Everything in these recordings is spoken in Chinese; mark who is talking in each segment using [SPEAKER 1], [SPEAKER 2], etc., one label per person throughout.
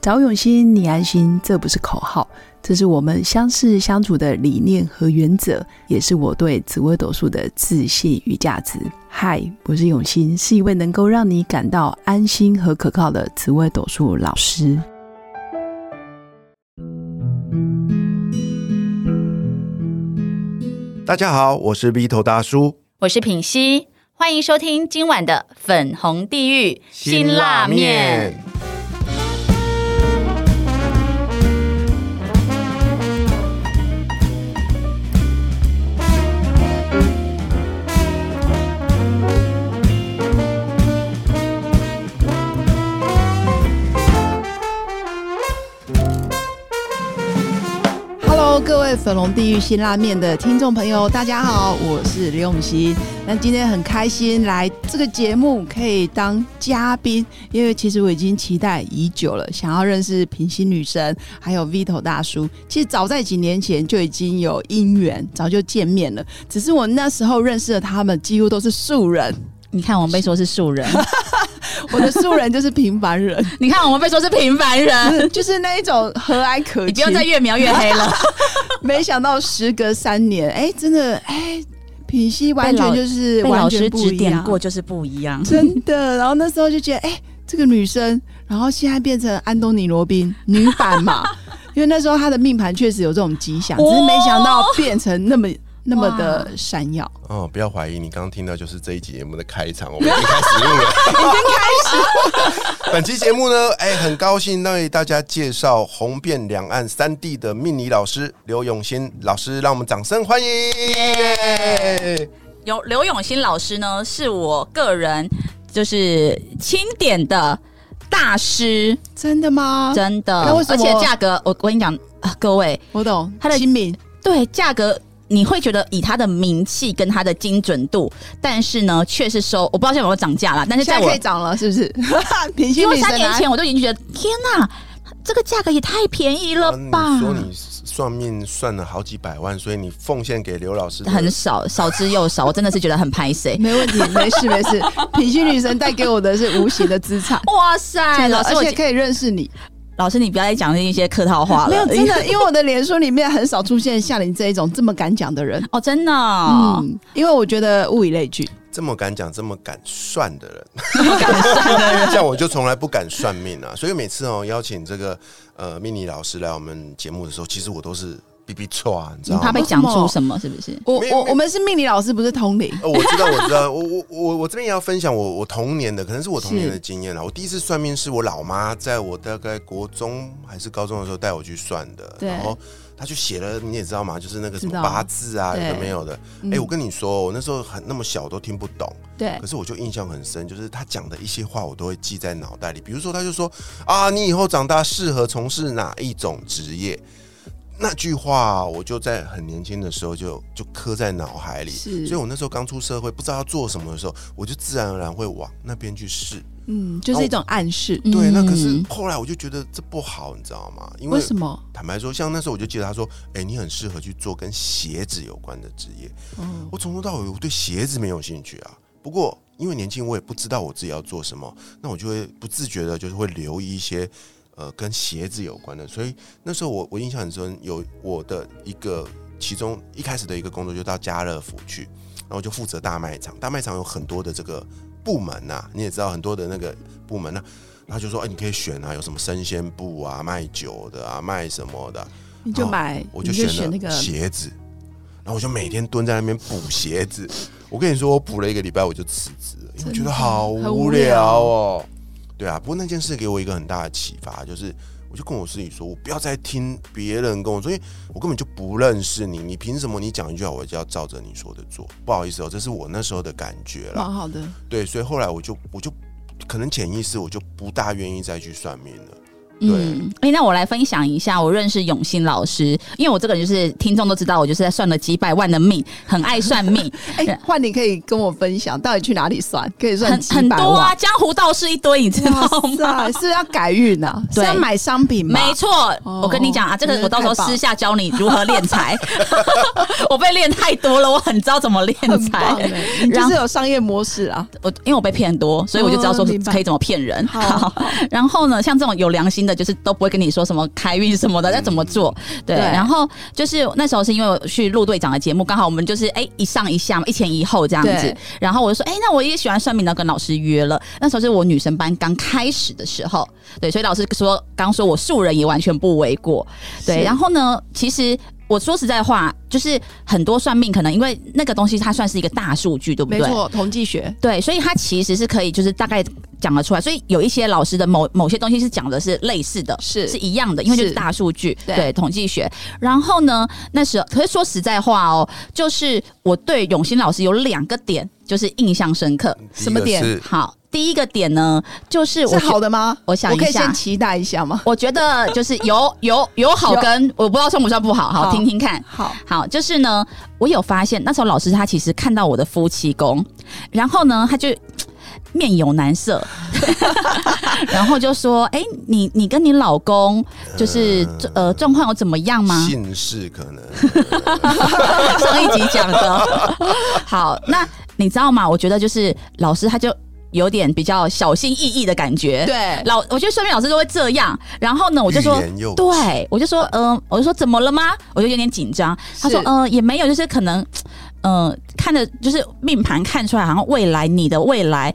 [SPEAKER 1] 找永新，你安心，这不是口号，这是我们相识相处的理念和原则，也是我对紫微斗数的自信与价值。嗨，我是永新，是一位能够让你感到安心和可靠的紫微斗数老师。
[SPEAKER 2] 大家好，我是 V 头大叔。
[SPEAKER 3] 我是品熙，欢迎收听今晚的粉红地狱
[SPEAKER 2] 辛辣面。
[SPEAKER 1] Hello，各位粉红地狱辛拉面的听众朋友，大家好，我是刘永新。那今天很开心来这个节目可以当嘉宾，因为其实我已经期待已久了，想要认识平行女神，还有 Vito 大叔。其实早在几年前就已经有姻缘，早就见面了，只是我那时候认识的他们几乎都是素人，
[SPEAKER 3] 你看我们被说是素人，
[SPEAKER 1] 我的素人就是平凡人，
[SPEAKER 3] 你看我们被说是平凡 人，
[SPEAKER 1] 就是那一种和蔼可亲。
[SPEAKER 3] 你不 用再越描越黑 了。
[SPEAKER 1] 没想到时隔三年，哎、真的，哎、品析完全就是
[SPEAKER 3] 被
[SPEAKER 1] 完
[SPEAKER 3] 老
[SPEAKER 1] 全
[SPEAKER 3] 师
[SPEAKER 1] 不
[SPEAKER 3] 指
[SPEAKER 1] 一样
[SPEAKER 3] 点过，就是不一样。
[SPEAKER 1] 真的。然后那时候就觉得，哎、这个女生，然后现在变成安东尼罗宾女版 嘛，因为那时候她的命盘确实有这种迹
[SPEAKER 3] 哦
[SPEAKER 1] 象，只是没想到变成那么。那么的闪耀，
[SPEAKER 2] 哦，不要怀疑，你刚刚听到就是这一集节目的开场，我们已经开始录了，已经开始。 本期节目呢，哎、很高兴为大家介绍红遍两岸三地的命理老师刘永新老师，让我们掌声欢迎。嗯
[SPEAKER 3] 有刘永新老师呢，是我个人就是钦点的大师，
[SPEAKER 1] 真的吗？
[SPEAKER 3] 真的
[SPEAKER 1] 那为，什
[SPEAKER 3] 而
[SPEAKER 1] 么
[SPEAKER 3] 且价格，我我跟你讲啊，各位，
[SPEAKER 1] 我懂，
[SPEAKER 3] 她的
[SPEAKER 1] 亲民，
[SPEAKER 3] 对价格。你会觉得以他的名气跟他的精准度，但是呢，却是收我不知道现在有没有涨价啦，但是
[SPEAKER 1] 现
[SPEAKER 3] 在
[SPEAKER 1] 在
[SPEAKER 3] 我
[SPEAKER 1] 可以涨了，是不 是？平心
[SPEAKER 3] 因为
[SPEAKER 1] 女
[SPEAKER 3] 三
[SPEAKER 1] 神啊
[SPEAKER 3] 年
[SPEAKER 1] 来，
[SPEAKER 3] 前我都已经觉得，天哪，这个价格也太便宜了
[SPEAKER 2] 嗯
[SPEAKER 3] 吧
[SPEAKER 2] 你！说你算命算了好几百万，所以你奉献给刘老师的
[SPEAKER 3] 很少，少之又少，我真的是觉得很拍谁。
[SPEAKER 1] 没问题，没事没事。平心女神带给我的是无形的资 产，
[SPEAKER 3] 哇塞，
[SPEAKER 1] 真的
[SPEAKER 3] 哎老师，
[SPEAKER 1] 而
[SPEAKER 3] 我
[SPEAKER 1] 且可以认识你，
[SPEAKER 3] 老师，你不要再讲那一些客套 话了。
[SPEAKER 1] 没有真的，因为我的脸书里面很少出现像你这一种这么敢讲的 人。
[SPEAKER 3] 哦，真的哦，
[SPEAKER 1] 嗯，因为我觉得物以类聚，
[SPEAKER 2] 这么敢讲、这么敢算的人，像我就从来不敢算命啊，所以每次哦邀请这个呃命理老师来我们节目的时候，其实我都是逼逼错啊，你知
[SPEAKER 1] 嗯
[SPEAKER 3] 你
[SPEAKER 2] 道
[SPEAKER 3] 怕
[SPEAKER 2] 吗？
[SPEAKER 3] 被讲出什么是不是？
[SPEAKER 1] 我
[SPEAKER 2] 没
[SPEAKER 1] 我
[SPEAKER 2] 没
[SPEAKER 1] 我们是命理老师，不是通灵。
[SPEAKER 2] 哦，我知道，我知道，我 我我我这边也要分享我我童年的，可能是我童年
[SPEAKER 1] 是
[SPEAKER 2] 的经验啦。啊我第一次算命是我老妈在我大概国中还是高中的时候带我去算的，
[SPEAKER 1] 对
[SPEAKER 2] 然后她就写了，你也知道嘛，就是那个什
[SPEAKER 1] 知
[SPEAKER 2] 么
[SPEAKER 1] 道
[SPEAKER 2] 八字啊，有
[SPEAKER 1] 对
[SPEAKER 2] 的没有的。哎、我跟你说，我那时候很那么小都听不懂，
[SPEAKER 1] 对
[SPEAKER 2] 可，是我就印象很深，就是他讲的一些话，我都会记在脑袋里。比如说，他就说啊，你以后长大适合从事哪一种职业？那句话，我就在很年轻的时候就就刻在脑海里。
[SPEAKER 1] 是
[SPEAKER 2] 所以我那时候刚出社会，不知道要做什么的时候，我就自然而然会往那边去试。
[SPEAKER 1] 嗯，就是一种暗示。
[SPEAKER 2] 对，那可是
[SPEAKER 3] 嗯
[SPEAKER 2] 后来我就觉得这不好，你知道吗？因
[SPEAKER 1] 嗯为
[SPEAKER 2] 为
[SPEAKER 1] 什么？
[SPEAKER 2] 坦白说，像那时候我就记得他说：“哎、你很适合去做跟鞋子有关的职业。”
[SPEAKER 1] 哦，
[SPEAKER 2] 我从头到尾我对鞋子没有兴趣啊。不过因为年轻，我也不知道我自己要做什么，那我就会不自觉的，就是会留意一些呃跟鞋子有关的。所以那时候我我印象很深，有我的一个其中一开始的一个工作就到家乐福去，然后就负责大卖场。大卖场有很多的这个部门呐、你也知道很多的那个部门呐、然后就说，哎、你可以选啊，有什么生鲜部啊，卖酒的啊，卖什么的啊、
[SPEAKER 1] 你就买，
[SPEAKER 2] 我
[SPEAKER 1] 你
[SPEAKER 2] 选
[SPEAKER 1] 选那个
[SPEAKER 2] 了，鞋子，然后我就每天蹲在那边补鞋子。我跟你说，我补了一个礼拜我就辞职了，因为我觉得好
[SPEAKER 1] 很
[SPEAKER 2] 无
[SPEAKER 1] 无
[SPEAKER 2] 聊哦。对啊，不过那件事给我一个很大的启发，就是我就跟我自己说，我不要再听别人跟我说，因为我根本就不认识你，你凭什么你讲一句话我就要照着你说的做？不好意思哦，这是我那时候的感觉啦。
[SPEAKER 1] 蛮好 的。
[SPEAKER 2] 对，所以后来我就我就可能潜意识我就不大愿意再去算命了。对
[SPEAKER 3] 嗯，哎、那我来分享一下我认识永新老师，因为我这个人就是听众都知道，我就是在算了几百万的命，很爱算 命，
[SPEAKER 1] 哎，换你可以跟我分享，到底去哪里算？可以算
[SPEAKER 3] 很
[SPEAKER 1] 几
[SPEAKER 3] 很
[SPEAKER 1] 百
[SPEAKER 3] 多啊，
[SPEAKER 1] 万？
[SPEAKER 3] 江湖道士一堆，你知道吗？
[SPEAKER 1] 哇塞，是不是要改运啊？是
[SPEAKER 3] 对
[SPEAKER 1] 要买商品吧？
[SPEAKER 3] 没错，
[SPEAKER 1] 哦
[SPEAKER 3] 我跟你讲啊，这个我到时候
[SPEAKER 1] 太棒了
[SPEAKER 3] 私下教你如何练财。 我被练太多了，我很知道怎么练
[SPEAKER 1] 很棒
[SPEAKER 3] 财。
[SPEAKER 1] 哎，你就是有商业模式啊。
[SPEAKER 3] 我因为我被骗很多，所以我就知道说
[SPEAKER 1] 哦明白
[SPEAKER 3] 可以怎么骗人。
[SPEAKER 1] 好，
[SPEAKER 3] 然后呢，像这种有良心的就是都不会跟你说什么开运什么的要怎么做。对，
[SPEAKER 1] 嗯对
[SPEAKER 3] 然后就是那时候是因为我去陆队长的节目，刚好我们就是哎、一上一下嘛，一前一后这样子
[SPEAKER 1] 对。
[SPEAKER 3] 然后我就说，哎、那我也喜欢算命，然后跟老师约了。那时候是我女生班刚开始的时候，对，所以老师说刚说我素人也完全不为过。对，
[SPEAKER 1] 是
[SPEAKER 3] 然后呢，其实。我说实在话，就是很多算命可能因为那个东西它算是一个大数据，对不
[SPEAKER 1] 没
[SPEAKER 3] 对？
[SPEAKER 1] 错，统计学
[SPEAKER 3] 对，所以它其实是可以，就是大概讲得出来。所以有一些老师的某某些东西是讲的是类似的，
[SPEAKER 1] 是
[SPEAKER 3] 是一样的，因为就是
[SPEAKER 1] 是
[SPEAKER 3] 大数据，
[SPEAKER 1] 对
[SPEAKER 3] 统计学。然后呢，那时候可是说实在话哦，就是我对永新老师有两个点就是印象深刻。
[SPEAKER 2] 第一
[SPEAKER 1] 什么
[SPEAKER 2] 个
[SPEAKER 1] 点
[SPEAKER 2] 是
[SPEAKER 3] 好，第一个点呢，就是我
[SPEAKER 1] 是
[SPEAKER 3] 觉
[SPEAKER 1] 好的吗？
[SPEAKER 3] 我想一
[SPEAKER 1] 我可以
[SPEAKER 3] 下
[SPEAKER 1] 先期待一下吗？
[SPEAKER 3] 我觉得就是有有有好
[SPEAKER 1] 有
[SPEAKER 3] 跟我不知道算不算不好，好
[SPEAKER 1] 好
[SPEAKER 3] 听听看。
[SPEAKER 1] 好，
[SPEAKER 3] 好，就是呢，我有发现那时候老师他其实看到我的夫妻宫，然后呢，他就面有难色，然后就说：“哎、你你跟你老公就是呃状况有怎么样吗？”
[SPEAKER 2] 姓氏可 能
[SPEAKER 3] 上一集 讲的。好，那你知道吗？我觉得就是老师他就有点比较小心翼翼的感觉。
[SPEAKER 1] 对
[SPEAKER 3] 老，我觉得算命老师都会这样。然后呢，我就说
[SPEAKER 2] 欲言又，止
[SPEAKER 3] 对，我就说，嗯、我就说怎么了吗？我就有点紧张。他说，
[SPEAKER 1] 是
[SPEAKER 3] 嗯、也没有，就是可能，嗯、看的就是命盘看出来，好像未来你的未来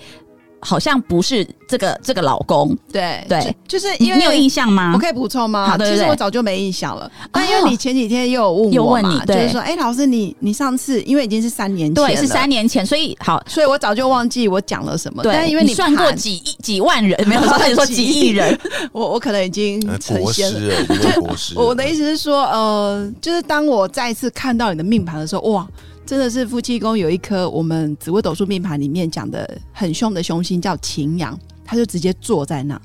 [SPEAKER 3] 好像不是这个这个老公，
[SPEAKER 1] 对
[SPEAKER 3] 对，
[SPEAKER 1] 就就是
[SPEAKER 3] 你
[SPEAKER 1] 因为
[SPEAKER 3] 你有印象吗
[SPEAKER 1] 我？可以补充吗？
[SPEAKER 3] 好对对
[SPEAKER 1] 其实
[SPEAKER 3] 对
[SPEAKER 1] 我早就没印象了，但因为你前几天又有问
[SPEAKER 3] 又
[SPEAKER 1] 我
[SPEAKER 3] 问你
[SPEAKER 1] 嘛，就
[SPEAKER 3] 对
[SPEAKER 1] 是说，哎、老师你你上次因为已经是三年前
[SPEAKER 3] 对，
[SPEAKER 1] 了
[SPEAKER 3] 是三，年前，所以好，
[SPEAKER 1] 所以我早就忘记我讲了什么。
[SPEAKER 3] 对，
[SPEAKER 1] 但因为
[SPEAKER 3] 你算过
[SPEAKER 1] 盘
[SPEAKER 3] 几亿 几万人，没有说你说 几亿 人，
[SPEAKER 1] 我我可能已经
[SPEAKER 2] 呃
[SPEAKER 1] 成
[SPEAKER 2] 国
[SPEAKER 1] 仙
[SPEAKER 2] 师
[SPEAKER 1] 了。
[SPEAKER 2] 了，因为 国师了。
[SPEAKER 1] 我我的意思是说，呃，就是当我再一次看到你的命盘的时候，哇，真的是夫妻宫有一颗我们紫微斗数命盘里面讲的很凶的凶星叫擎羊，他就直接坐在那，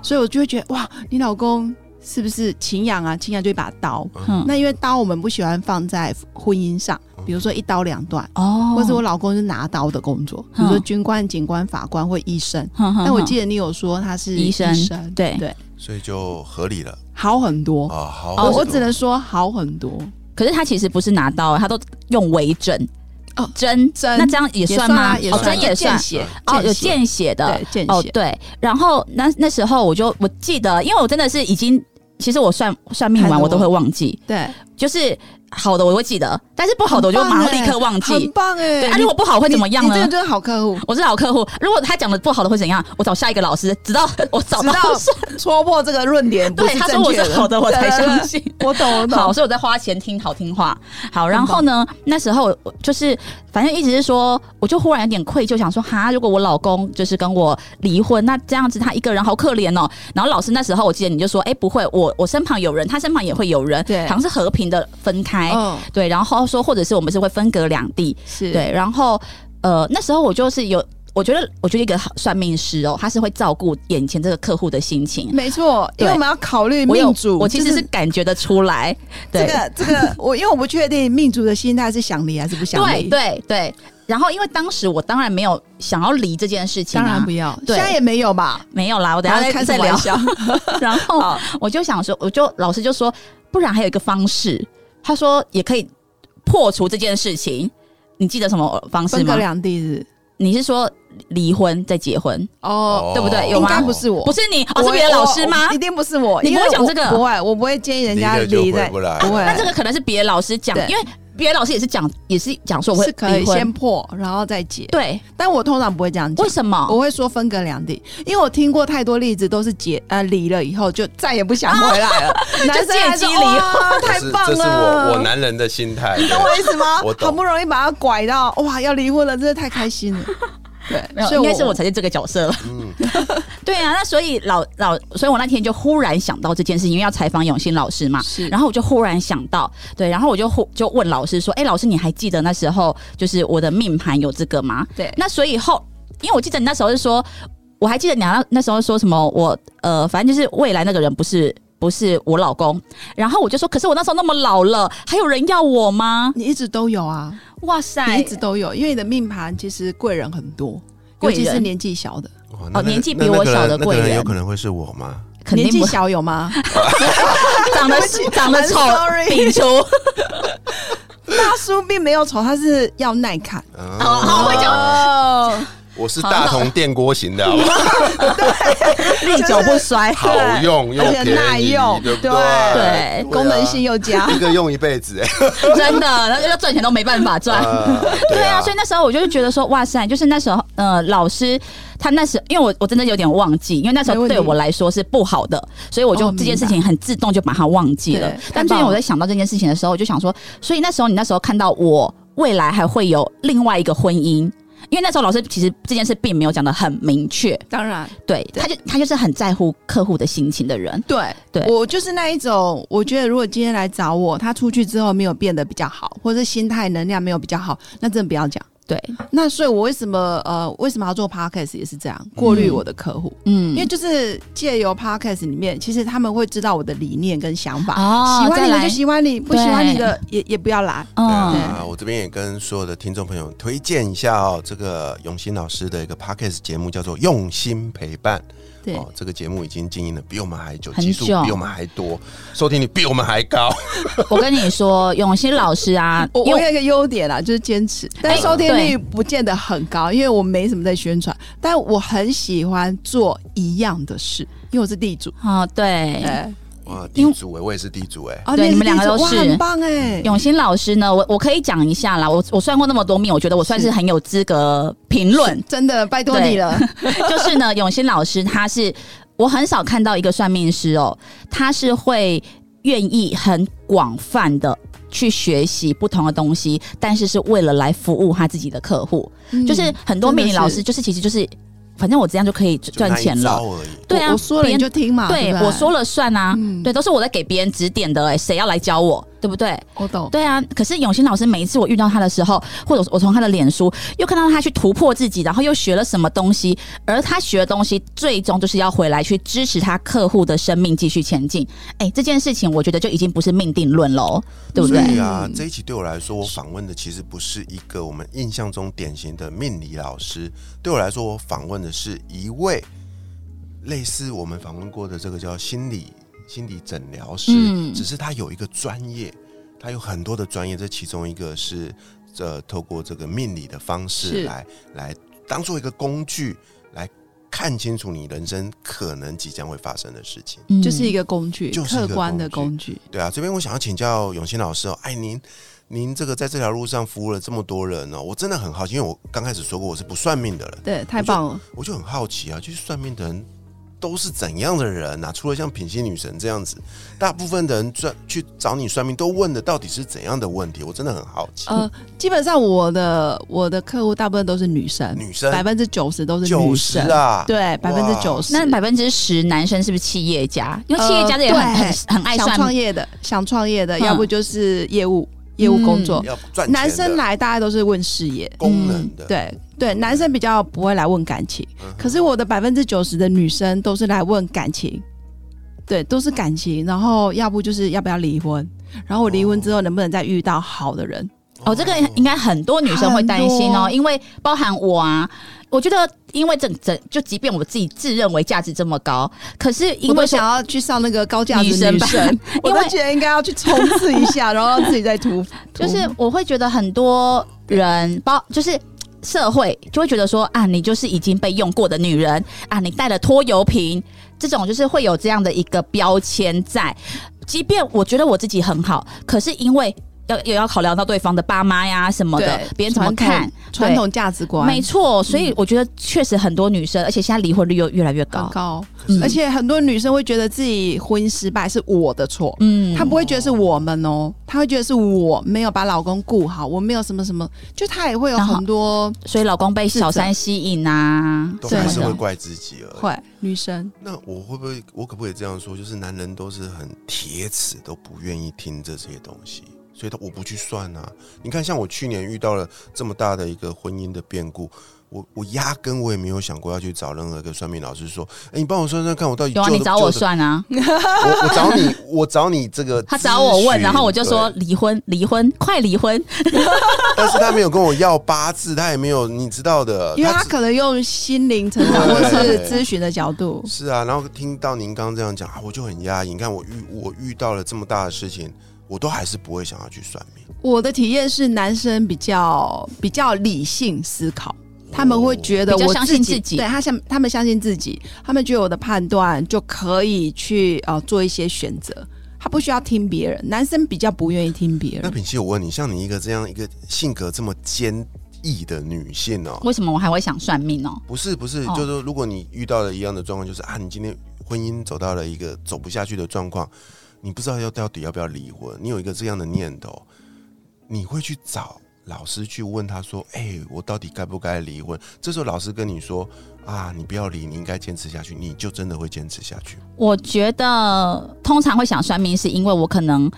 [SPEAKER 1] 所以我就会觉得哇，你老公是不是擎羊啊？擎羊就一把刀，
[SPEAKER 3] 嗯
[SPEAKER 1] 那因为刀我们不喜欢放在婚姻上，比如说一刀两断，
[SPEAKER 3] 哦
[SPEAKER 1] 或者我老公是拿刀的工作，比如说
[SPEAKER 3] 嗯
[SPEAKER 1] 军官、警官、法官或医生。
[SPEAKER 3] 哼哼
[SPEAKER 1] 但我
[SPEAKER 3] 哼
[SPEAKER 1] 记得你有说他是
[SPEAKER 3] 医生对
[SPEAKER 1] 对，
[SPEAKER 2] 所以就合理了
[SPEAKER 1] 好很多。
[SPEAKER 2] 啊。
[SPEAKER 3] 哦
[SPEAKER 2] 好，
[SPEAKER 1] 我哦我
[SPEAKER 2] 好
[SPEAKER 1] 只能说好很多，
[SPEAKER 3] 可是他其实不是拿刀，他都用微针。
[SPEAKER 1] 哦
[SPEAKER 3] 针
[SPEAKER 1] 针
[SPEAKER 3] 那这样也
[SPEAKER 1] 也
[SPEAKER 3] 算
[SPEAKER 1] 算
[SPEAKER 3] 吗？
[SPEAKER 1] 啊也
[SPEAKER 3] 哦，
[SPEAKER 1] 算
[SPEAKER 3] 针也算
[SPEAKER 1] 见血
[SPEAKER 3] 哦，有
[SPEAKER 1] 见血
[SPEAKER 3] 见血的
[SPEAKER 1] 对见血
[SPEAKER 3] 哦，对。然后那那时候我就我记得，因为我真的是已经，其实我算算命
[SPEAKER 1] 太
[SPEAKER 3] 完
[SPEAKER 1] 多
[SPEAKER 3] 我都会忘记，
[SPEAKER 1] 对，
[SPEAKER 3] 就是好的我会记得，但是不好的我就马上立刻忘
[SPEAKER 1] 哦很
[SPEAKER 3] 记。
[SPEAKER 1] 棒哎、
[SPEAKER 3] 对，
[SPEAKER 1] 欸！
[SPEAKER 3] 啊，如果不好会
[SPEAKER 1] 你
[SPEAKER 3] 怎么样
[SPEAKER 1] 你这
[SPEAKER 3] 呢
[SPEAKER 1] 个？就是好客户，
[SPEAKER 3] 我是老客户，如果他讲的不好的会怎样？我找下一个老师，直到 我找
[SPEAKER 1] 直到
[SPEAKER 3] 到算。
[SPEAKER 1] 戳破这个论点不
[SPEAKER 3] 对，
[SPEAKER 1] 是
[SPEAKER 3] 他说
[SPEAKER 1] 正
[SPEAKER 3] 我
[SPEAKER 1] 确
[SPEAKER 3] 是好的，我才相。信。
[SPEAKER 1] 对对对我懂，我
[SPEAKER 3] 好，
[SPEAKER 1] 懂。
[SPEAKER 3] 所以我在花钱听好听话。好，然后呢，那时候我就是反正一直是说，我就忽然有点愧疚，想说哈，如果我老公就是跟我离婚，那这样子他一个人好可怜哦。然后老师那时候我记得你就说，哎、不会，我我身旁有人，他身旁也会有人，
[SPEAKER 1] 对
[SPEAKER 3] 好像是和平的分开，
[SPEAKER 1] 嗯，
[SPEAKER 3] 对。然后说，或者是我们是会分隔两地，
[SPEAKER 1] 是
[SPEAKER 3] 对，然后呃，那时候我就是有，我觉得我觉得一个好算命师哦，他是会照顾眼前这个客户的心情。
[SPEAKER 1] 没错，因为
[SPEAKER 3] 对
[SPEAKER 1] 我们要考虑
[SPEAKER 3] 我有
[SPEAKER 1] 命，主，
[SPEAKER 3] 我其实
[SPEAKER 1] 就是
[SPEAKER 3] 感觉得出来，
[SPEAKER 1] 这
[SPEAKER 3] 对，
[SPEAKER 1] 个这个，我因为我不确定命主的心态是想离还是不想
[SPEAKER 3] 对
[SPEAKER 1] 离，，
[SPEAKER 3] 对对。然后因为当时我当然没有想要离这件事情、
[SPEAKER 1] 当
[SPEAKER 3] 啊，
[SPEAKER 1] 然不要，现
[SPEAKER 3] 对
[SPEAKER 1] 在也没有吧？
[SPEAKER 3] 没有啦，我等一
[SPEAKER 1] 好
[SPEAKER 3] 下
[SPEAKER 1] 开
[SPEAKER 3] 再
[SPEAKER 1] 什
[SPEAKER 3] 再
[SPEAKER 1] 么
[SPEAKER 3] 聊哦
[SPEAKER 1] 玩。笑？
[SPEAKER 3] 然 后
[SPEAKER 1] 好
[SPEAKER 3] 我就想说，我就老师就说，不然还有一个方式，他说也可以破除这件事情。你记得什么方式
[SPEAKER 1] 分
[SPEAKER 3] 吗
[SPEAKER 1] 隔？两地是
[SPEAKER 3] 你是说离婚再结婚？
[SPEAKER 1] 哦，
[SPEAKER 3] 对不对有
[SPEAKER 1] 应
[SPEAKER 3] 吗
[SPEAKER 1] 该不是我，
[SPEAKER 3] 不是你，哦，
[SPEAKER 1] 我
[SPEAKER 3] 是别的老师
[SPEAKER 1] 我
[SPEAKER 3] 吗
[SPEAKER 1] 我一？定不是我，
[SPEAKER 3] 你不会
[SPEAKER 1] 因为
[SPEAKER 3] 讲
[SPEAKER 1] 我
[SPEAKER 3] 这个
[SPEAKER 1] 不会，我不会建议人家
[SPEAKER 2] 离了就
[SPEAKER 1] 离
[SPEAKER 2] 回
[SPEAKER 1] 的，
[SPEAKER 2] 不来
[SPEAKER 1] 不会。
[SPEAKER 2] 了
[SPEAKER 3] 那这个可能是别的老师讲，
[SPEAKER 1] 对
[SPEAKER 3] 因为别的老师也是讲，也是讲说我会
[SPEAKER 1] 是可以
[SPEAKER 3] 离婚
[SPEAKER 1] 先破，然后再解。
[SPEAKER 3] 对，
[SPEAKER 1] 但我通常不会这样讲
[SPEAKER 3] 为，什么？
[SPEAKER 1] 我会说分隔两地，因为我听过太多例子都是结呃离了以后就再也不想回来 了，男生还
[SPEAKER 3] 啊就
[SPEAKER 1] 说
[SPEAKER 3] 借机离婚
[SPEAKER 1] 哇
[SPEAKER 2] 这
[SPEAKER 1] 太
[SPEAKER 2] 是
[SPEAKER 1] 棒
[SPEAKER 2] 这是我我
[SPEAKER 1] 了。
[SPEAKER 2] 男人的心态。
[SPEAKER 1] 懂我意思吗
[SPEAKER 2] 我？懂
[SPEAKER 1] 好不容易把他拐到，哇，要离婚了，真的太开心了。
[SPEAKER 3] 没
[SPEAKER 1] 对，
[SPEAKER 3] 有，
[SPEAKER 1] 所以
[SPEAKER 3] 应该是我才是这个角色了。
[SPEAKER 2] 嗯，
[SPEAKER 3] 对啊，那所以老老，所以我那天就忽然想到这件事情，因为要采访永新老师嘛，
[SPEAKER 1] 是
[SPEAKER 3] 然后我就忽然想到，对，然后我就忽就问老师说，哎、老师你还记得那时候就是我的命盘有这个吗？
[SPEAKER 1] 对
[SPEAKER 3] 那所以后，因为我记得你那时候是说，我还记得你那那时候说什么，我呃，反正就是未来那个人不是。不是我老公，然后我就说，可是我那时候那么老了，还有人要我吗？
[SPEAKER 1] 你一直都有啊，
[SPEAKER 3] 哇塞，
[SPEAKER 1] 你一直都有，因为你的命盘其实贵人很多，尤
[SPEAKER 3] 贵人
[SPEAKER 1] 其是年纪小的，
[SPEAKER 2] 哇哦那那
[SPEAKER 3] 年纪
[SPEAKER 2] 那
[SPEAKER 3] 比
[SPEAKER 2] 那
[SPEAKER 3] 我
[SPEAKER 2] 个
[SPEAKER 3] 小
[SPEAKER 2] 人
[SPEAKER 3] 的
[SPEAKER 2] 那个
[SPEAKER 3] 贵
[SPEAKER 2] 人有
[SPEAKER 3] 人
[SPEAKER 2] 可能会是我吗？
[SPEAKER 3] 肯
[SPEAKER 1] 年
[SPEAKER 3] 定
[SPEAKER 1] 纪
[SPEAKER 3] 不
[SPEAKER 1] 小有吗？
[SPEAKER 3] 长得 长得
[SPEAKER 1] 很
[SPEAKER 3] 丑
[SPEAKER 1] sorry
[SPEAKER 3] 摒除。
[SPEAKER 1] 大叔并没有丑，他是要耐看。
[SPEAKER 2] 嗯
[SPEAKER 3] 好好，我就
[SPEAKER 1] 哦，
[SPEAKER 2] 我是大同电锅型的，啊好不好
[SPEAKER 3] 历久不衰。
[SPEAKER 2] 好用又
[SPEAKER 1] 而且
[SPEAKER 2] 便宜，
[SPEAKER 1] 耐用
[SPEAKER 2] 对不
[SPEAKER 1] 对
[SPEAKER 2] 对
[SPEAKER 3] 对
[SPEAKER 2] 啊
[SPEAKER 1] 功能性又佳。
[SPEAKER 2] 一个用一辈子，哎
[SPEAKER 3] 真的，然后要赚钱都没办法赚。
[SPEAKER 2] 啊
[SPEAKER 3] 对啊，
[SPEAKER 2] 啊，
[SPEAKER 3] 所以那时候我就是觉得说，哇塞，就是那时候，呃，老师他那时，因为我我真的有点忘记，因为那时
[SPEAKER 1] 没
[SPEAKER 3] 候
[SPEAKER 1] 问题
[SPEAKER 3] 对我来说是不好的，所以我就
[SPEAKER 1] 哦
[SPEAKER 3] 这件
[SPEAKER 1] 明
[SPEAKER 3] 事
[SPEAKER 1] 白
[SPEAKER 3] 情很自动就把它忘记了
[SPEAKER 1] 对。
[SPEAKER 3] 但
[SPEAKER 1] 太
[SPEAKER 3] 最
[SPEAKER 1] 棒
[SPEAKER 3] 近我
[SPEAKER 1] 了
[SPEAKER 3] 在想到这件事情的时候，我就想说，所以那时候你那时候看到我未来还会有另外一个婚姻。因为那时候老师其实这件事并没有讲的很明确，
[SPEAKER 1] 当然，
[SPEAKER 3] 对他就他就是很在乎客户的心情的人，
[SPEAKER 1] 对
[SPEAKER 3] 对
[SPEAKER 1] 我就是那一种，我觉得如果今天来找我，他出去之后没有变得比较好，或者是心态能量没有比较好，那真的不要讲。
[SPEAKER 3] 对，
[SPEAKER 1] 那所以，我为什么呃，为什么要做 podcast 也是这样，过滤我的客户，
[SPEAKER 3] 嗯，
[SPEAKER 1] 因为就是借由 podcast 里面，其实他们会知道我的理念跟想法，
[SPEAKER 3] 哦
[SPEAKER 1] 喜欢
[SPEAKER 3] 再
[SPEAKER 1] 你的
[SPEAKER 3] 来
[SPEAKER 1] 就喜欢你，不喜欢你的也也不要来。
[SPEAKER 2] 对
[SPEAKER 3] 嗯，
[SPEAKER 2] 啊，我这边也跟所有的听众朋友推荐一下哦，这个永新老师的一个 podcast 节目叫做《用心陪伴》。
[SPEAKER 1] 对
[SPEAKER 2] 哦，这个节目已经经营的比我们还久，
[SPEAKER 3] 很
[SPEAKER 2] 集数
[SPEAKER 3] 久
[SPEAKER 2] 比我们还多，收听率比我们还 高。
[SPEAKER 3] 呃我跟你说，永新老师啊，
[SPEAKER 1] 我
[SPEAKER 3] 因
[SPEAKER 1] 我
[SPEAKER 3] 为
[SPEAKER 1] 有一个优点啦，就是坚持，但
[SPEAKER 3] 哎
[SPEAKER 1] 收听率
[SPEAKER 3] 对
[SPEAKER 1] 不见得很高，因为我没什么在宣传，但我很喜欢做一样的事，因为我是地主。
[SPEAKER 3] 哦，对，
[SPEAKER 1] 哎，
[SPEAKER 2] 哇，地
[SPEAKER 3] 因为
[SPEAKER 2] 主哎、我也是地主哎、
[SPEAKER 1] 哦
[SPEAKER 3] 对
[SPEAKER 1] 也是
[SPEAKER 3] 你们两个
[SPEAKER 1] 地主
[SPEAKER 3] 都
[SPEAKER 1] 哇
[SPEAKER 3] 是
[SPEAKER 1] 很棒哎，
[SPEAKER 3] 永新老师呢，我我可以讲一下啦，我我算过那么多命，我觉得我算是
[SPEAKER 1] 是。
[SPEAKER 3] 很有资格评论
[SPEAKER 1] 真的拜托
[SPEAKER 3] 对
[SPEAKER 1] 你了，
[SPEAKER 3] 就是呢，永新老师他是我很少看到一个算命师哦，他是会愿意很广泛的。去学习不同的东西，但是是为了来服务他自己的客户。
[SPEAKER 1] 嗯
[SPEAKER 3] 就是很多命理老师，就是其实就是，反正我这样就可以
[SPEAKER 2] 就那
[SPEAKER 3] 赚
[SPEAKER 2] 一
[SPEAKER 3] 钱了
[SPEAKER 2] 招。而已。
[SPEAKER 3] 对啊，
[SPEAKER 1] 我我说了
[SPEAKER 3] 别
[SPEAKER 1] 你就听嘛，
[SPEAKER 3] 对
[SPEAKER 1] 不
[SPEAKER 3] 我说了算啊，
[SPEAKER 1] 嗯
[SPEAKER 3] 对，都是我在给别人指点的、哎，谁要来教我，对不对？
[SPEAKER 1] 我懂，
[SPEAKER 3] 对啊，可是永新老师每一次我遇到他的时候，或者我从他的脸书又看到他去突破自己，然后又学了什么东西，而他学的东西最终就是要回来去支持他客户的生命继续前进。哎，这件事情我觉得就已经不是命定论喽，对不
[SPEAKER 2] 所
[SPEAKER 3] 对？嗯
[SPEAKER 2] 以啊，这一期对我来说，我访问的其实不是一个我们印象中典型的命理老师，对我来说，我访问的是一位类似我们访问过的这个叫心理心理诊疗师，
[SPEAKER 3] 嗯
[SPEAKER 2] 只是他有一个专业，他有很多的专业，这其中一个是呃，透过这个命理的方式
[SPEAKER 1] 是
[SPEAKER 2] 来来当做一个工具来看清楚你人生可能即将会发生的事情。
[SPEAKER 3] 嗯
[SPEAKER 1] 就是一个工具，
[SPEAKER 2] 就是一
[SPEAKER 1] 客
[SPEAKER 2] 个
[SPEAKER 1] 观的
[SPEAKER 2] 工
[SPEAKER 1] 工具，
[SPEAKER 2] 对啊，这边我想要请教永新老师哦，哎，您您这个在这条路上服务了这么多人哦，我真的很好奇，因为我刚开始说过我是不算命的人，
[SPEAKER 1] 对，太棒了，
[SPEAKER 2] 我就很好奇啊，就是算命的人都是怎样的人啊？除了像品心女神这样子，大部分的人算去找你算命都问的到底是怎样的问题？我真的很好奇。
[SPEAKER 1] 呃，基本上我的我的客户大部分都是女生，
[SPEAKER 2] 女生
[SPEAKER 1] 百分之九十都是
[SPEAKER 2] 九
[SPEAKER 1] 女
[SPEAKER 2] 十
[SPEAKER 1] 生，
[SPEAKER 2] 啊，
[SPEAKER 1] 对，百分之
[SPEAKER 2] 哇
[SPEAKER 1] 九十。
[SPEAKER 3] 那百分之十男生是不是企业家？因为企业家的也很、
[SPEAKER 1] 呃对
[SPEAKER 3] 很很爱
[SPEAKER 1] 想
[SPEAKER 3] 算
[SPEAKER 1] 创业的，想创业的，
[SPEAKER 3] 嗯
[SPEAKER 1] 要不就是业务业务工作。
[SPEAKER 2] 要赚钱的
[SPEAKER 1] 男生来，大家都是问事业，
[SPEAKER 2] 功能的，
[SPEAKER 1] 对对，男生比较不会来问感情。
[SPEAKER 2] 嗯哼
[SPEAKER 1] 可是我的百分之九十的女生都是来问感情，对，都是感情，然后要不就是要不要离婚，然后我离婚
[SPEAKER 2] 哦
[SPEAKER 1] 之后能不能再遇到好的人？
[SPEAKER 3] 哦，这个应该很多女生会担心
[SPEAKER 1] 很
[SPEAKER 3] 哦，
[SPEAKER 1] 多
[SPEAKER 3] 因为包含我啊，我觉得因为整整就即便我自己自认为价值这么高，可是因
[SPEAKER 1] 我都
[SPEAKER 3] 为
[SPEAKER 1] 想要去上那个高价值
[SPEAKER 3] 女生
[SPEAKER 1] 女
[SPEAKER 3] 班
[SPEAKER 1] 生， 我都
[SPEAKER 3] 因为
[SPEAKER 1] 觉得应该要去冲刺一下，然后让自己再突，
[SPEAKER 3] 就是我会觉得很多人包就是。社会就会觉得说啊，你就是已经被用过的女人啊，你带了拖油瓶，这种就是会有这样的一个标签在。即便我觉得我自己很好，可是因为要 也要考量到对方的爸妈呀什么的
[SPEAKER 1] 对，
[SPEAKER 3] 别人怎么
[SPEAKER 1] 传统
[SPEAKER 3] 看，
[SPEAKER 1] 传统价值观
[SPEAKER 3] 没错，所以我觉得确实很多女生，而且现在离婚率又越来越
[SPEAKER 1] 很
[SPEAKER 3] 高。
[SPEAKER 1] 高，
[SPEAKER 3] 嗯
[SPEAKER 1] 而且很多女生会觉得自己婚姻失败是我的错，
[SPEAKER 3] 嗯，
[SPEAKER 1] 她不会觉得是我们哦，她会觉得是我没有把老公顾好，我没有什么什么，就她也会有
[SPEAKER 3] 然后
[SPEAKER 1] 很多
[SPEAKER 3] 所以老公被小三吸引啊，
[SPEAKER 2] 都
[SPEAKER 1] 对
[SPEAKER 2] 还是
[SPEAKER 3] 什
[SPEAKER 2] 会
[SPEAKER 3] 么的
[SPEAKER 2] 怪自己而已。
[SPEAKER 1] 会女生
[SPEAKER 2] 那我会不会，我可不可以这样说？就是男人都是很铁齿，都不愿意听这些东西，所以他我不去算啊。你看，像我去年遇到了这么大的一个婚姻的变故，我我压根我也没有想过要去找任何一个算命老师说，哎、你帮我算算看，我到底
[SPEAKER 3] 有啊，
[SPEAKER 2] 救
[SPEAKER 3] 你
[SPEAKER 2] 得
[SPEAKER 3] 找我
[SPEAKER 2] 救得
[SPEAKER 3] 算啊，
[SPEAKER 2] 我我找你，我找你这个，
[SPEAKER 3] 他找我问，然后我就说，离婚，离婚，快离婚，
[SPEAKER 2] 但是他没有跟我要八字，他也没有，你知道的，
[SPEAKER 1] 因为她
[SPEAKER 2] 他呃只
[SPEAKER 1] 可能用心灵成长
[SPEAKER 2] 对
[SPEAKER 1] 或是咨询的角度，
[SPEAKER 2] 是啊，然后听到您刚刚这样讲，啊我就很压抑。你看我遇我遇到了这么大的事情，我都还是不会想要去算命。
[SPEAKER 1] 我的体验是男生比较比较理性思考，他们会觉得
[SPEAKER 3] 哦比较
[SPEAKER 1] 我
[SPEAKER 3] 相信
[SPEAKER 1] 己，
[SPEAKER 3] 自己
[SPEAKER 1] 对他相他们相信自己，他们觉得我的判断就可以去呃做一些选择，他不需要听别人。男生比较不愿意听别
[SPEAKER 2] 那
[SPEAKER 3] 嗯
[SPEAKER 1] 人，
[SPEAKER 2] 品熙，我问你，像你一个这样一个性格这么坚毅的女性哦、
[SPEAKER 3] 为什么我还会想算命哦？
[SPEAKER 2] 不是不是，
[SPEAKER 3] 哦
[SPEAKER 2] 就是说如果你遇到了一样的状况，就是啊，你今天婚姻走到了一个走不下去的状况，你不知道要到底要不要离婚，你有一个这样的念头，你会去找老师去问他说，哎、我到底该不该离婚？这时候老师跟你说啊，你不要离，你应该坚持下去，你就真的会坚持下去。
[SPEAKER 3] 我觉得通常会想算命，是因为我可能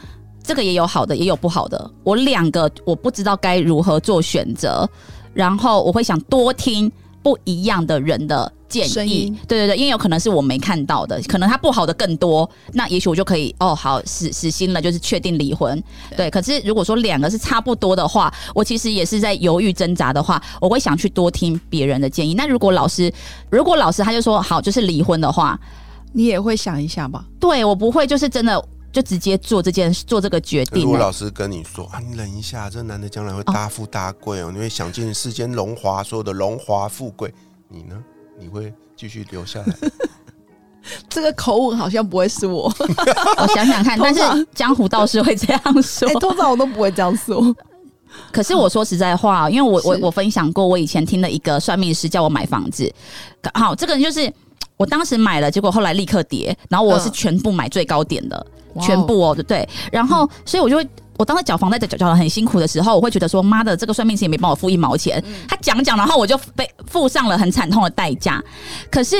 [SPEAKER 3] 这个也有好的，也有不好的。我两个我不知道该如何做选择，然后我会想多听不一样的人的建
[SPEAKER 1] 声
[SPEAKER 3] 议
[SPEAKER 1] 音。
[SPEAKER 3] 对对对，因为有可能是我没看到的，可能他不好的更多，那也许我就可以哦，好死死心了，就是确定离婚。对，可是如果说两个是差不多的话，我其实也是在犹豫挣扎的话，我会想去多听别人的建议。那如果老师，如果老师他就说好就是离婚的话，
[SPEAKER 1] 你也会想一下吧？
[SPEAKER 3] 对我不会，就是真的就直接做这件做这个决
[SPEAKER 2] 那如
[SPEAKER 3] 定、
[SPEAKER 2] 果
[SPEAKER 3] 欸。
[SPEAKER 2] 老师跟你说啊，你忍一下，这男的将来会大富大贵哦，你会享尽世间荣华，所有的荣华富贵，你呢？你会继续留下来吗？
[SPEAKER 1] 这个口吻好像不会是 我，
[SPEAKER 3] 我想想看，但
[SPEAKER 1] 通常
[SPEAKER 3] 是江湖道士会这 样说
[SPEAKER 1] 哎、。通常我都不会这样说。
[SPEAKER 3] 可是我说实在话，因为我我
[SPEAKER 1] 是
[SPEAKER 3] 我分享过，我以前听了一个算命师叫我买房子，好，这个人就是我当时买了，结果后来立刻跌，然后我是
[SPEAKER 1] 嗯
[SPEAKER 3] 全部买最高点的，
[SPEAKER 1] 哇哦 嗯
[SPEAKER 3] 全部哦，对，然后所以我就会。我当时缴房贷缴缴的很辛苦的时候，我会觉得说，妈的，这个算命师也没帮我付一毛钱。
[SPEAKER 1] 嗯
[SPEAKER 3] 他讲讲，然后我就被付上了很惨痛的代价。可是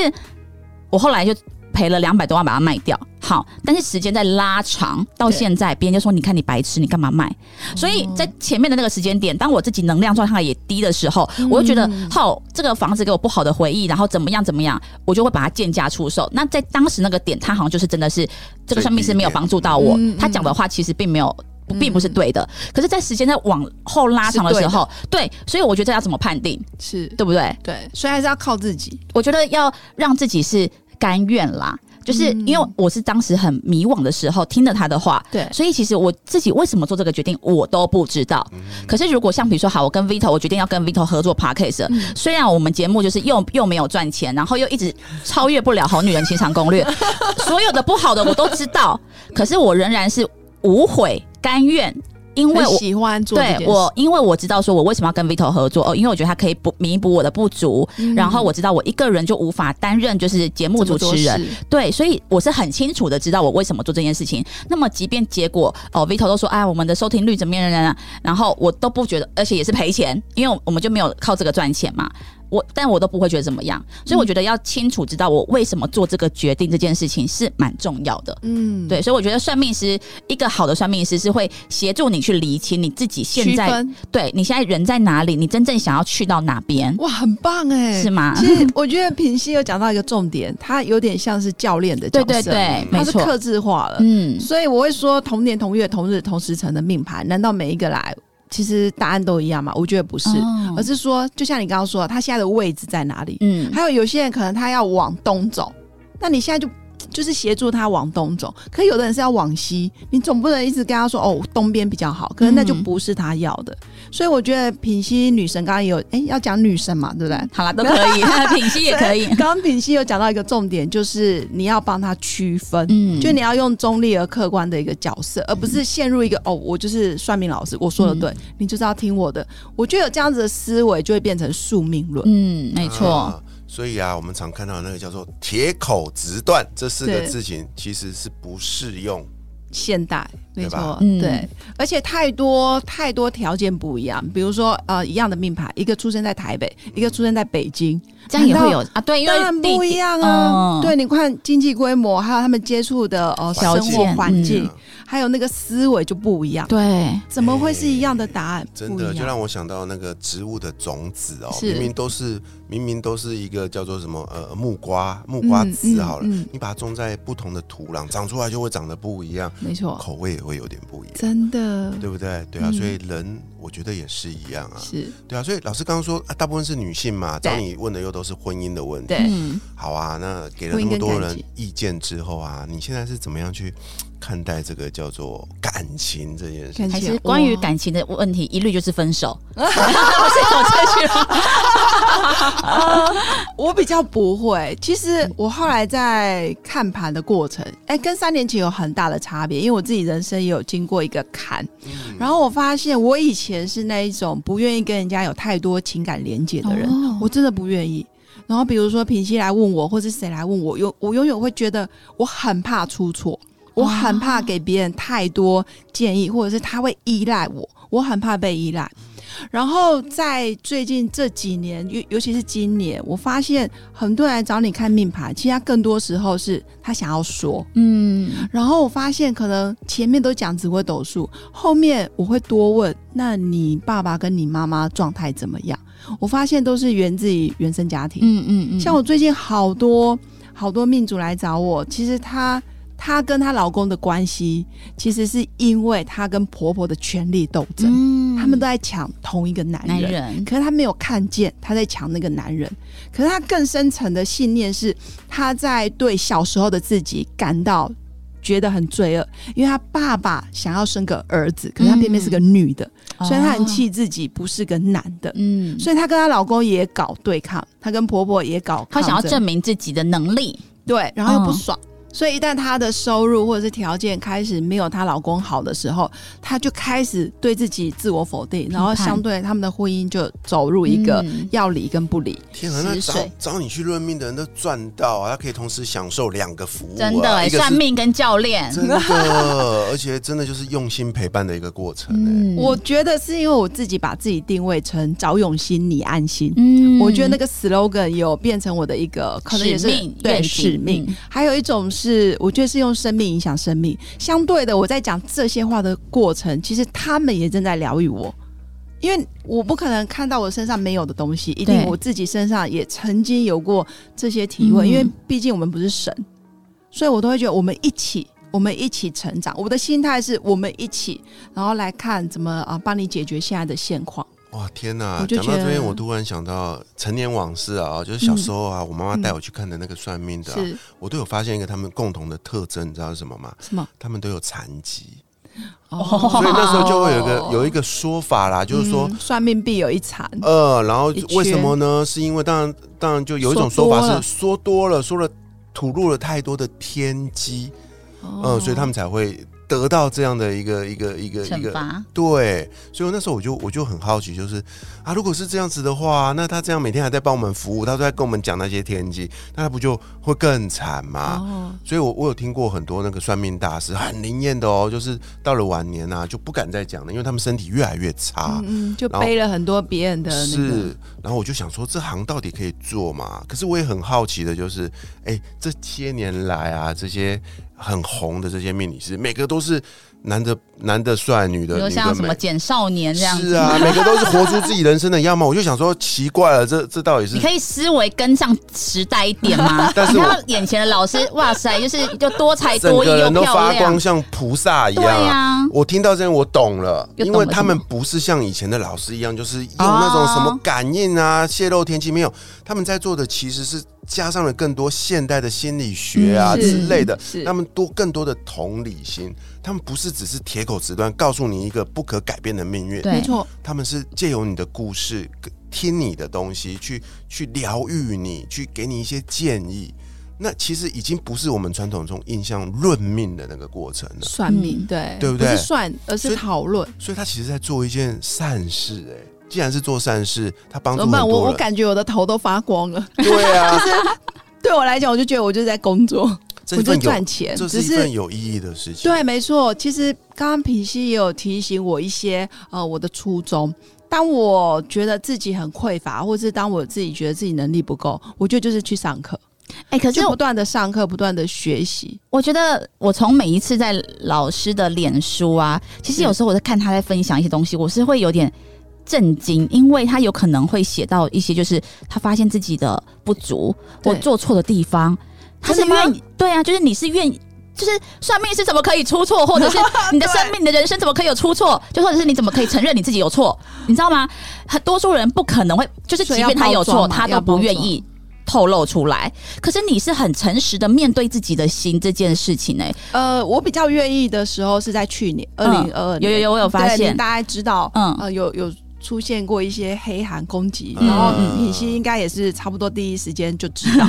[SPEAKER 3] 我后来就赔了两百多万把它卖掉。好，但是时间在拉长，到
[SPEAKER 1] 对
[SPEAKER 3] 现在别人就说：“你看你白痴，你干嘛卖？”所以在前面的那个时间点，当我自己能量状态也低的时候，
[SPEAKER 1] 嗯
[SPEAKER 3] 我就觉得，好、这个房子给我不好的回忆，然后怎么样怎么样，我就会把它贱价出售。那在当时那个点，他好像就是真的是这个算命师没有帮助到我，
[SPEAKER 1] 嗯嗯嗯
[SPEAKER 3] 他讲的话其实并没有。不并不是对的，可是，在时间在往后拉长的时候，对所以我觉得这要怎么判定，
[SPEAKER 1] 哦是
[SPEAKER 3] 对不对？
[SPEAKER 1] 对，所以还是要靠自己。
[SPEAKER 3] 我觉得要让自己是甘愿啦，就是
[SPEAKER 1] 嗯
[SPEAKER 3] 因为我是当时很迷惘的时候听了他的话，
[SPEAKER 1] 对
[SPEAKER 3] 所以其实我自己为什么做这个决定我都不知道。可是如果像比如说，好，我跟 Vito，我决定要跟 Vito 合作 Parkcase，、虽
[SPEAKER 1] 嗯
[SPEAKER 3] 然我们节目就是又又没有赚钱，然后又一直超越不了《好女人情场攻 略》，所有的不好的我都知道，可是我仍然是无悔甘愿，因为
[SPEAKER 1] 很
[SPEAKER 3] 我
[SPEAKER 1] 喜欢做这
[SPEAKER 3] 对
[SPEAKER 1] 件事
[SPEAKER 3] 我，因为我知道说我为什么要跟 Vito 合作哦，因为我觉得他可以补弥补我的不足，然后我知道我一个人就无法担任就是节目
[SPEAKER 1] 嗯这
[SPEAKER 3] 主
[SPEAKER 1] 么多
[SPEAKER 3] 持人，
[SPEAKER 1] 事
[SPEAKER 3] 对，所以我是很清楚的知道我为什么做这件事情。那么即便结果哦，Vito 都说哎，我们的收听率怎么样怎么样，然后我都不觉得，而且也是赔钱，因为我们就没有靠这个赚钱嘛。我，但我都不会觉得怎么样，所以
[SPEAKER 1] 嗯
[SPEAKER 3] 我觉得要清楚知道我为什么做这个决定这件事情是蛮重要的。
[SPEAKER 1] 嗯，
[SPEAKER 3] 对，所以我觉得算命师一个好的算命师是会协助你去理清你自己现
[SPEAKER 1] 区
[SPEAKER 3] 在
[SPEAKER 1] 分
[SPEAKER 3] 对你现在人在哪里，你真正想要去到哪边，
[SPEAKER 1] 哇，很棒哎，
[SPEAKER 3] 是吗？
[SPEAKER 1] 其实我觉得品熙有讲到一个重点，他有点像是教练的角
[SPEAKER 3] 对
[SPEAKER 1] 色，嗯
[SPEAKER 3] 对对，没
[SPEAKER 1] 他是
[SPEAKER 3] 错，
[SPEAKER 1] 克制化了。
[SPEAKER 3] 嗯，
[SPEAKER 1] 所以我会说，同年同月同日同时辰的命盘，难道每一个来，其实答案都一样吗？我觉得不是，
[SPEAKER 3] 哦
[SPEAKER 1] 而是说，就像你刚刚说的，他现在的位置在哪里？
[SPEAKER 3] 嗯，
[SPEAKER 1] 还有有些人可能他要往东走，那你现在就。就是协助他往东走，可有的人是要往西，你总不能一直跟他说哦东边比较好，可能那就
[SPEAKER 3] 嗯
[SPEAKER 1] 不是他要的。所以我觉得品熙女神刚刚也有哎、要讲女神嘛，对不对？
[SPEAKER 3] 好了，都可 以，品析也可 以，
[SPEAKER 1] 刚刚品熙有讲到一个重点，就是你要帮他区分，
[SPEAKER 3] 嗯，
[SPEAKER 1] 就你要用中立而客观的一个角色，而不是陷入一个哦，我就是算命老师，我说的
[SPEAKER 3] 嗯
[SPEAKER 1] 对，你就是要听我的。我觉得有这样子的思维，就会变成宿命论。
[SPEAKER 3] 嗯，没错，
[SPEAKER 2] 啊所以啊，我们常看到那个叫做“铁口直断”这四个
[SPEAKER 1] 对
[SPEAKER 2] 字情，其实是不适用。
[SPEAKER 1] 现代没
[SPEAKER 2] 对
[SPEAKER 1] 错
[SPEAKER 2] 吧，
[SPEAKER 3] 嗯
[SPEAKER 1] 对，而且太多太多条件不一样，比如说呃，一样的命盘，一个出生在台北，一个出生在北京，
[SPEAKER 3] 这样也会有啊，嗯对，因为
[SPEAKER 1] 当然
[SPEAKER 3] 地
[SPEAKER 1] 不一样啊。
[SPEAKER 3] 嗯
[SPEAKER 1] 对，你看经济规模，还有他们接触的呃
[SPEAKER 3] 条
[SPEAKER 1] 生活
[SPEAKER 3] 件
[SPEAKER 1] 环
[SPEAKER 3] 嗯
[SPEAKER 1] 境，还有那个思维就不一样，
[SPEAKER 3] 对，
[SPEAKER 1] 怎么会是一样的答案？
[SPEAKER 2] 哎真
[SPEAKER 1] 不一
[SPEAKER 2] 的
[SPEAKER 1] 样
[SPEAKER 2] 就让我想到那个植物的种子哦，
[SPEAKER 1] 是
[SPEAKER 2] 明明都是明明都是一个叫做什么呃木瓜木瓜籽好了，
[SPEAKER 1] 嗯嗯嗯
[SPEAKER 2] 你把它种在不同的土壤，长出来就会长得不一样，
[SPEAKER 1] 没错，
[SPEAKER 2] 口味也会有点不一样，
[SPEAKER 1] 哦真的嗯
[SPEAKER 2] 对不对？对啊，所以人我觉得也是一样啊，
[SPEAKER 1] 是，
[SPEAKER 2] 对啊，所以老师刚刚说啊，大部分是女性嘛，
[SPEAKER 1] 对
[SPEAKER 2] 找你问的又都是婚姻的问题，
[SPEAKER 1] 对。
[SPEAKER 3] 嗯，
[SPEAKER 2] 好啊，那给了
[SPEAKER 1] 婚
[SPEAKER 2] 那
[SPEAKER 1] 姻
[SPEAKER 2] 么
[SPEAKER 1] 跟
[SPEAKER 2] 多
[SPEAKER 1] 感
[SPEAKER 2] 人
[SPEAKER 1] 情
[SPEAKER 2] 意见之后啊，你现在是怎么样去看待这个叫做感情这件事？
[SPEAKER 1] 感
[SPEAKER 3] 还
[SPEAKER 1] 情
[SPEAKER 3] 是关于
[SPEAKER 1] 哇
[SPEAKER 3] 感情的问题，一律就是分手，不是有这句话，
[SPEAKER 1] 我比较不会。其实我后来在看盘的过程，哎、跟三年前有很大的差别，因为我自己人生也有经过一个坎。然后我发现，我以前是那一种不愿意跟人家有太多情感连接的人，
[SPEAKER 3] 哦
[SPEAKER 1] 我真的不愿意。然后比如说平息来问我，或是谁来问我，永我永远会觉得我很怕出错，我很怕给别人太多建议，或者是他会依赖我，我很怕被依赖。然后在最近这几年，尤尤其是今年，我发现很多人来找你看命盘，其实他更多时候是他想要说，
[SPEAKER 3] 嗯，
[SPEAKER 1] 然后我发现，可能前面都讲紫微斗数，后面我会多问：那你爸爸跟你妈妈状态怎么样？我发现都是源自于原生家庭。
[SPEAKER 3] 嗯嗯嗯，
[SPEAKER 1] 像我最近好多好多命主来找我，其实她她跟她老公的关系，其实是因为她跟婆婆的权力斗争，
[SPEAKER 3] 嗯
[SPEAKER 1] 他们都在抢同一个男
[SPEAKER 3] 男
[SPEAKER 1] 人。
[SPEAKER 3] 人，
[SPEAKER 1] 可是她没有看见她在抢那个男人，可是她更深层的信念是，她在对小时候的自己感到觉得很罪恶，因为她爸爸想要生个儿子，可是她偏偏是个女的，所以她很气自己不是个男的
[SPEAKER 3] 哦，，嗯，
[SPEAKER 1] 所以她跟她老公也搞对抗，她跟婆婆也搞抗
[SPEAKER 3] 他
[SPEAKER 1] 争，
[SPEAKER 3] 想要证明自己的能力，
[SPEAKER 1] 对，然后又不
[SPEAKER 3] 嗯
[SPEAKER 1] 爽。所以，一旦她的收入或者是条件开始没有她老公好的时候，她就开始对自己自我否定，然后
[SPEAKER 3] 批判
[SPEAKER 1] 相对他们的婚姻就走入一个
[SPEAKER 3] 嗯
[SPEAKER 1] 要离跟不离。
[SPEAKER 2] 天啊，那
[SPEAKER 3] 十
[SPEAKER 2] 找
[SPEAKER 3] 岁
[SPEAKER 2] 找你去论命的人都赚到啊，他可以同时享受两个服务、啊，
[SPEAKER 3] 真的哎，
[SPEAKER 2] 一个
[SPEAKER 3] 算
[SPEAKER 2] 是
[SPEAKER 3] 命跟教练，
[SPEAKER 2] 真的，而且真的 就是用心陪伴的一个过程、欸。
[SPEAKER 3] 嗯
[SPEAKER 1] 我觉得是因为我自己把自己定位成找永新，你安心。
[SPEAKER 3] 嗯
[SPEAKER 1] 我觉得那个 slogan 有变成我的一个，可能也是
[SPEAKER 3] 使命
[SPEAKER 1] 对
[SPEAKER 3] 愿景
[SPEAKER 1] 使命。
[SPEAKER 3] 嗯
[SPEAKER 1] 还有一种是，我觉得是用生命影响生命。相对的，我在讲这些话的过程，其实他们也正在疗愈我，因为我不可能看到我身上没有的东西，一定
[SPEAKER 3] 对
[SPEAKER 1] 我自己身上也曾经有过这些体会。
[SPEAKER 3] 嗯
[SPEAKER 1] 因为毕竟我们不是神，所以我都会觉得我们一起。我们一起成长，我的心态是我们一起，然后来看怎么啊帮你解决现在的现况。
[SPEAKER 2] 哇天呐！
[SPEAKER 1] 我就
[SPEAKER 2] 讲到
[SPEAKER 1] 觉
[SPEAKER 2] 这边，
[SPEAKER 1] 得嗯
[SPEAKER 2] 我突然想到陈年往事啊，就是小时候啊，我妈妈带我去看的那个算命的啊、
[SPEAKER 1] 是
[SPEAKER 2] 我都有发现一个他们共同的特征，你知道是什么吗？
[SPEAKER 1] 什么？
[SPEAKER 2] 他们都有残疾，
[SPEAKER 3] 哦
[SPEAKER 2] 所以那时候就会有一个有一个说法啦，就是说
[SPEAKER 1] 嗯，算命必有一残，
[SPEAKER 2] 呃，然后
[SPEAKER 1] 一圈
[SPEAKER 2] 为什么呢？是因为当然当然就有一种说法是说多了，说了吐露了太多的天机，嗯、
[SPEAKER 1] 哦
[SPEAKER 2] 所以他们才会得到这样的一个一个一个一
[SPEAKER 3] 惩
[SPEAKER 2] 个
[SPEAKER 3] 罚，
[SPEAKER 2] 对，所以我那时候我就我就很好奇，就是啊，如果是这样子的话，那他这样每天还在帮我们服务，他都在跟我们讲那些天机，那他不就会更惨吗？
[SPEAKER 1] 哦
[SPEAKER 2] 所以我，我有听过很多那个算命大师很灵验的哦，就是到了晚年啊，就不敢再讲了，因为他们身体越来越差。
[SPEAKER 1] 嗯嗯，就
[SPEAKER 2] 啊然后
[SPEAKER 1] 背了很多别人的那个，
[SPEAKER 2] 是，然后我就想说，这行到底可以做吗？可是我也很好奇的，就是，哎、这些年来啊，这些很红的这些命理师，每个都是男的男的帅，女
[SPEAKER 3] 比
[SPEAKER 2] 的
[SPEAKER 3] 如
[SPEAKER 2] 女的
[SPEAKER 3] 像什
[SPEAKER 2] 美
[SPEAKER 3] 么，简少年这样
[SPEAKER 2] 是
[SPEAKER 3] 子，
[SPEAKER 2] 啊，每个都是活出自己人生的样貌。我就想说，奇怪了，这这到底是
[SPEAKER 3] 你？可以思维跟上时代一点吗？
[SPEAKER 2] 但是
[SPEAKER 3] 你
[SPEAKER 2] 我
[SPEAKER 3] 看到眼前的老师，哇塞，就是就多才
[SPEAKER 2] 整
[SPEAKER 3] 多艺
[SPEAKER 2] 个
[SPEAKER 3] 又
[SPEAKER 2] 人都
[SPEAKER 3] 漂
[SPEAKER 2] 发光，
[SPEAKER 3] 亮，
[SPEAKER 2] 像菩萨一
[SPEAKER 3] 对
[SPEAKER 2] 样啊、
[SPEAKER 3] 呀，
[SPEAKER 2] 我听到这样，我懂了，
[SPEAKER 3] 又懂了
[SPEAKER 2] 因为他们不是像以前的老师一样，就是用那种什么感应啊、泄露天机，没有，他们在做的其实是加上了更多现代的心理学啊
[SPEAKER 1] 嗯
[SPEAKER 2] 之
[SPEAKER 1] 是
[SPEAKER 2] 类的，
[SPEAKER 1] 是
[SPEAKER 2] 他们多更多的同理心，他们不是只是铁口直断告诉你一个不可改变的命运，
[SPEAKER 3] 对
[SPEAKER 1] 没错，
[SPEAKER 2] 他们是借由你的故事、跟听你的东西，去去疗愈你，去给你一些建议。那其实已经不是我们传统中印象论命的那个过程了，
[SPEAKER 1] 算命，
[SPEAKER 3] 嗯
[SPEAKER 1] 对
[SPEAKER 2] 对不对
[SPEAKER 1] 不是算，而
[SPEAKER 2] 所
[SPEAKER 1] 是
[SPEAKER 2] 以
[SPEAKER 1] 讨论。
[SPEAKER 2] 所以他其实在做一件善事、哎，既然是做善事，他帮助
[SPEAKER 1] 怎么
[SPEAKER 2] 很
[SPEAKER 1] 办？我
[SPEAKER 2] 多
[SPEAKER 1] 我
[SPEAKER 2] 人。
[SPEAKER 1] 感觉我的头都发光了。
[SPEAKER 2] 对啊，
[SPEAKER 1] 对我来讲，我就觉得我就在工作，
[SPEAKER 2] 这
[SPEAKER 1] 我
[SPEAKER 2] 一
[SPEAKER 1] 就
[SPEAKER 2] 份有
[SPEAKER 1] 赚，钱，
[SPEAKER 2] 这
[SPEAKER 1] 只
[SPEAKER 2] 是一份
[SPEAKER 1] 是。
[SPEAKER 2] 有意义的事情。
[SPEAKER 1] 对，没错。其实刚刚平西也有提醒我一些，呃，我的初衷。当我觉得自己很匮乏，或是当我自己觉得自己能力不够，我觉得就是去上课，
[SPEAKER 3] 哎，可是
[SPEAKER 1] 就不断的上课，不断的学习。
[SPEAKER 3] 我觉得我从每一次在老师的脸书啊，
[SPEAKER 1] 嗯
[SPEAKER 3] 其实有时候我在看他在分享一些东西，我是会有点震惊，因为他有可能会写到一些就是他发现自己的不足
[SPEAKER 1] 对
[SPEAKER 3] 或做错的地方，他是
[SPEAKER 1] 真的吗
[SPEAKER 3] 愿意对啊，就是你是愿意。就是算命是怎么可以出错，或者 是你的生命、你的人生怎么可以有出错？就或者是你怎么可以承认你自己有错？你知道吗？很多数人不可能会，就是即
[SPEAKER 1] 所以要
[SPEAKER 3] 便他有
[SPEAKER 1] 包
[SPEAKER 3] 错，
[SPEAKER 1] 装嘛
[SPEAKER 3] 他
[SPEAKER 1] 要
[SPEAKER 3] 都
[SPEAKER 1] 包
[SPEAKER 3] 不愿
[SPEAKER 1] 装
[SPEAKER 3] 意透露出来。可是你是很诚实的面对自己的心这件事情哎、
[SPEAKER 1] 呃，我比较愿意的时候是在去年二零二二
[SPEAKER 3] 嗯有有有，我有发
[SPEAKER 1] 对，
[SPEAKER 3] 现
[SPEAKER 1] 你，大概知道，
[SPEAKER 3] 嗯
[SPEAKER 1] 呃，有有出现过一些黑函攻击，
[SPEAKER 2] 嗯
[SPEAKER 1] 然后品熙应该也是差不多第一时间就知 道。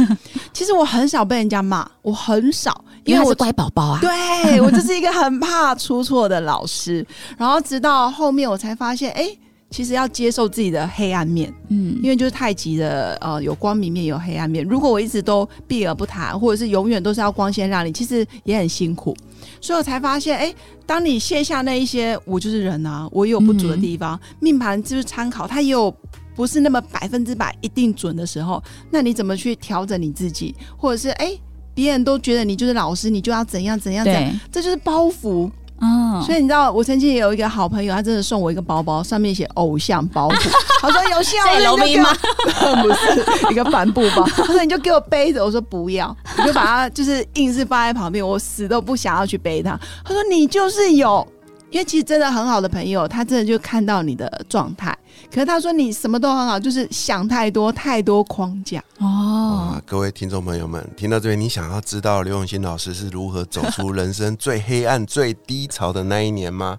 [SPEAKER 1] 其实我很少被人家骂，我很少，因
[SPEAKER 3] 因为
[SPEAKER 1] 为
[SPEAKER 3] 我
[SPEAKER 1] 我
[SPEAKER 3] 是乖宝宝啊。
[SPEAKER 1] 对我就是一个很怕出错的老师。然后直到后面我才发现，哎、其实要接受自己的黑暗面，
[SPEAKER 3] 嗯，
[SPEAKER 1] 因为就是太极的，呃，有光明面，有黑暗面。如果我一直都避而不谈，或者是永远都是要光鲜亮丽，其实也很辛苦。所以我才发现，哎、当你卸下那一些，我就是人啊，我也有不足
[SPEAKER 3] 嗯
[SPEAKER 1] 的地方。命盘就是参考，它也有不是那么百分之百一定准的时候。那你怎么去调整你自己，或者是哎？诶别人都觉得你就是老师，你就要怎样怎样怎样，哦
[SPEAKER 3] 对，
[SPEAKER 1] 这就是包袱。
[SPEAKER 3] 嗯，
[SPEAKER 1] 所以你知道，我曾经也有一个好朋友，他真的送我一个包包，上面写“偶像包 袱”。他说：“有像
[SPEAKER 3] 这也
[SPEAKER 1] 偶像
[SPEAKER 3] 龙咪
[SPEAKER 1] 就
[SPEAKER 3] 吗？
[SPEAKER 1] 给我 不是一个帆布 包。”他说：“你就给我背着。”我说：“不要。”我就把它就是硬是放在旁边，我死都不想要去背它。他说：“你就是有。”因为其实真的很好的朋友，他真的就看到你的状态。可是他说你什么都很好，就是想太多，太多框架。
[SPEAKER 3] 哦，
[SPEAKER 2] 哇，各位听众朋友们，听到这边，你想要知道刘永新老师是如何走出人生最黑暗、最低潮的那一年吗？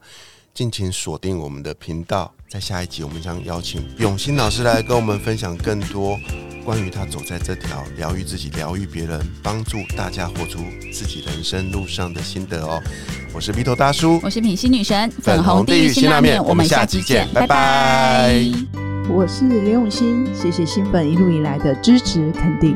[SPEAKER 2] 敬请锁定我们的频道，在下一集我们将邀请永新老师来跟我们分享更多关于他走在这条疗愈自己、疗愈别人、帮助大家活出自己人生路上的心得哦。我是鼻头大叔，
[SPEAKER 3] 我是品心女神，
[SPEAKER 2] 粉
[SPEAKER 3] 粉红
[SPEAKER 2] 红地
[SPEAKER 3] 地狱
[SPEAKER 2] 狱
[SPEAKER 3] 辛
[SPEAKER 2] 辛
[SPEAKER 3] 辣
[SPEAKER 2] 辣
[SPEAKER 3] 面，
[SPEAKER 2] 面
[SPEAKER 3] 我
[SPEAKER 2] 我
[SPEAKER 3] 们
[SPEAKER 2] 们
[SPEAKER 3] 下
[SPEAKER 2] 下
[SPEAKER 3] 集
[SPEAKER 2] 集见
[SPEAKER 3] 见，
[SPEAKER 2] 拜拜
[SPEAKER 3] 拜
[SPEAKER 1] 我是刘永新，谢谢新粉一路以来的支持肯定。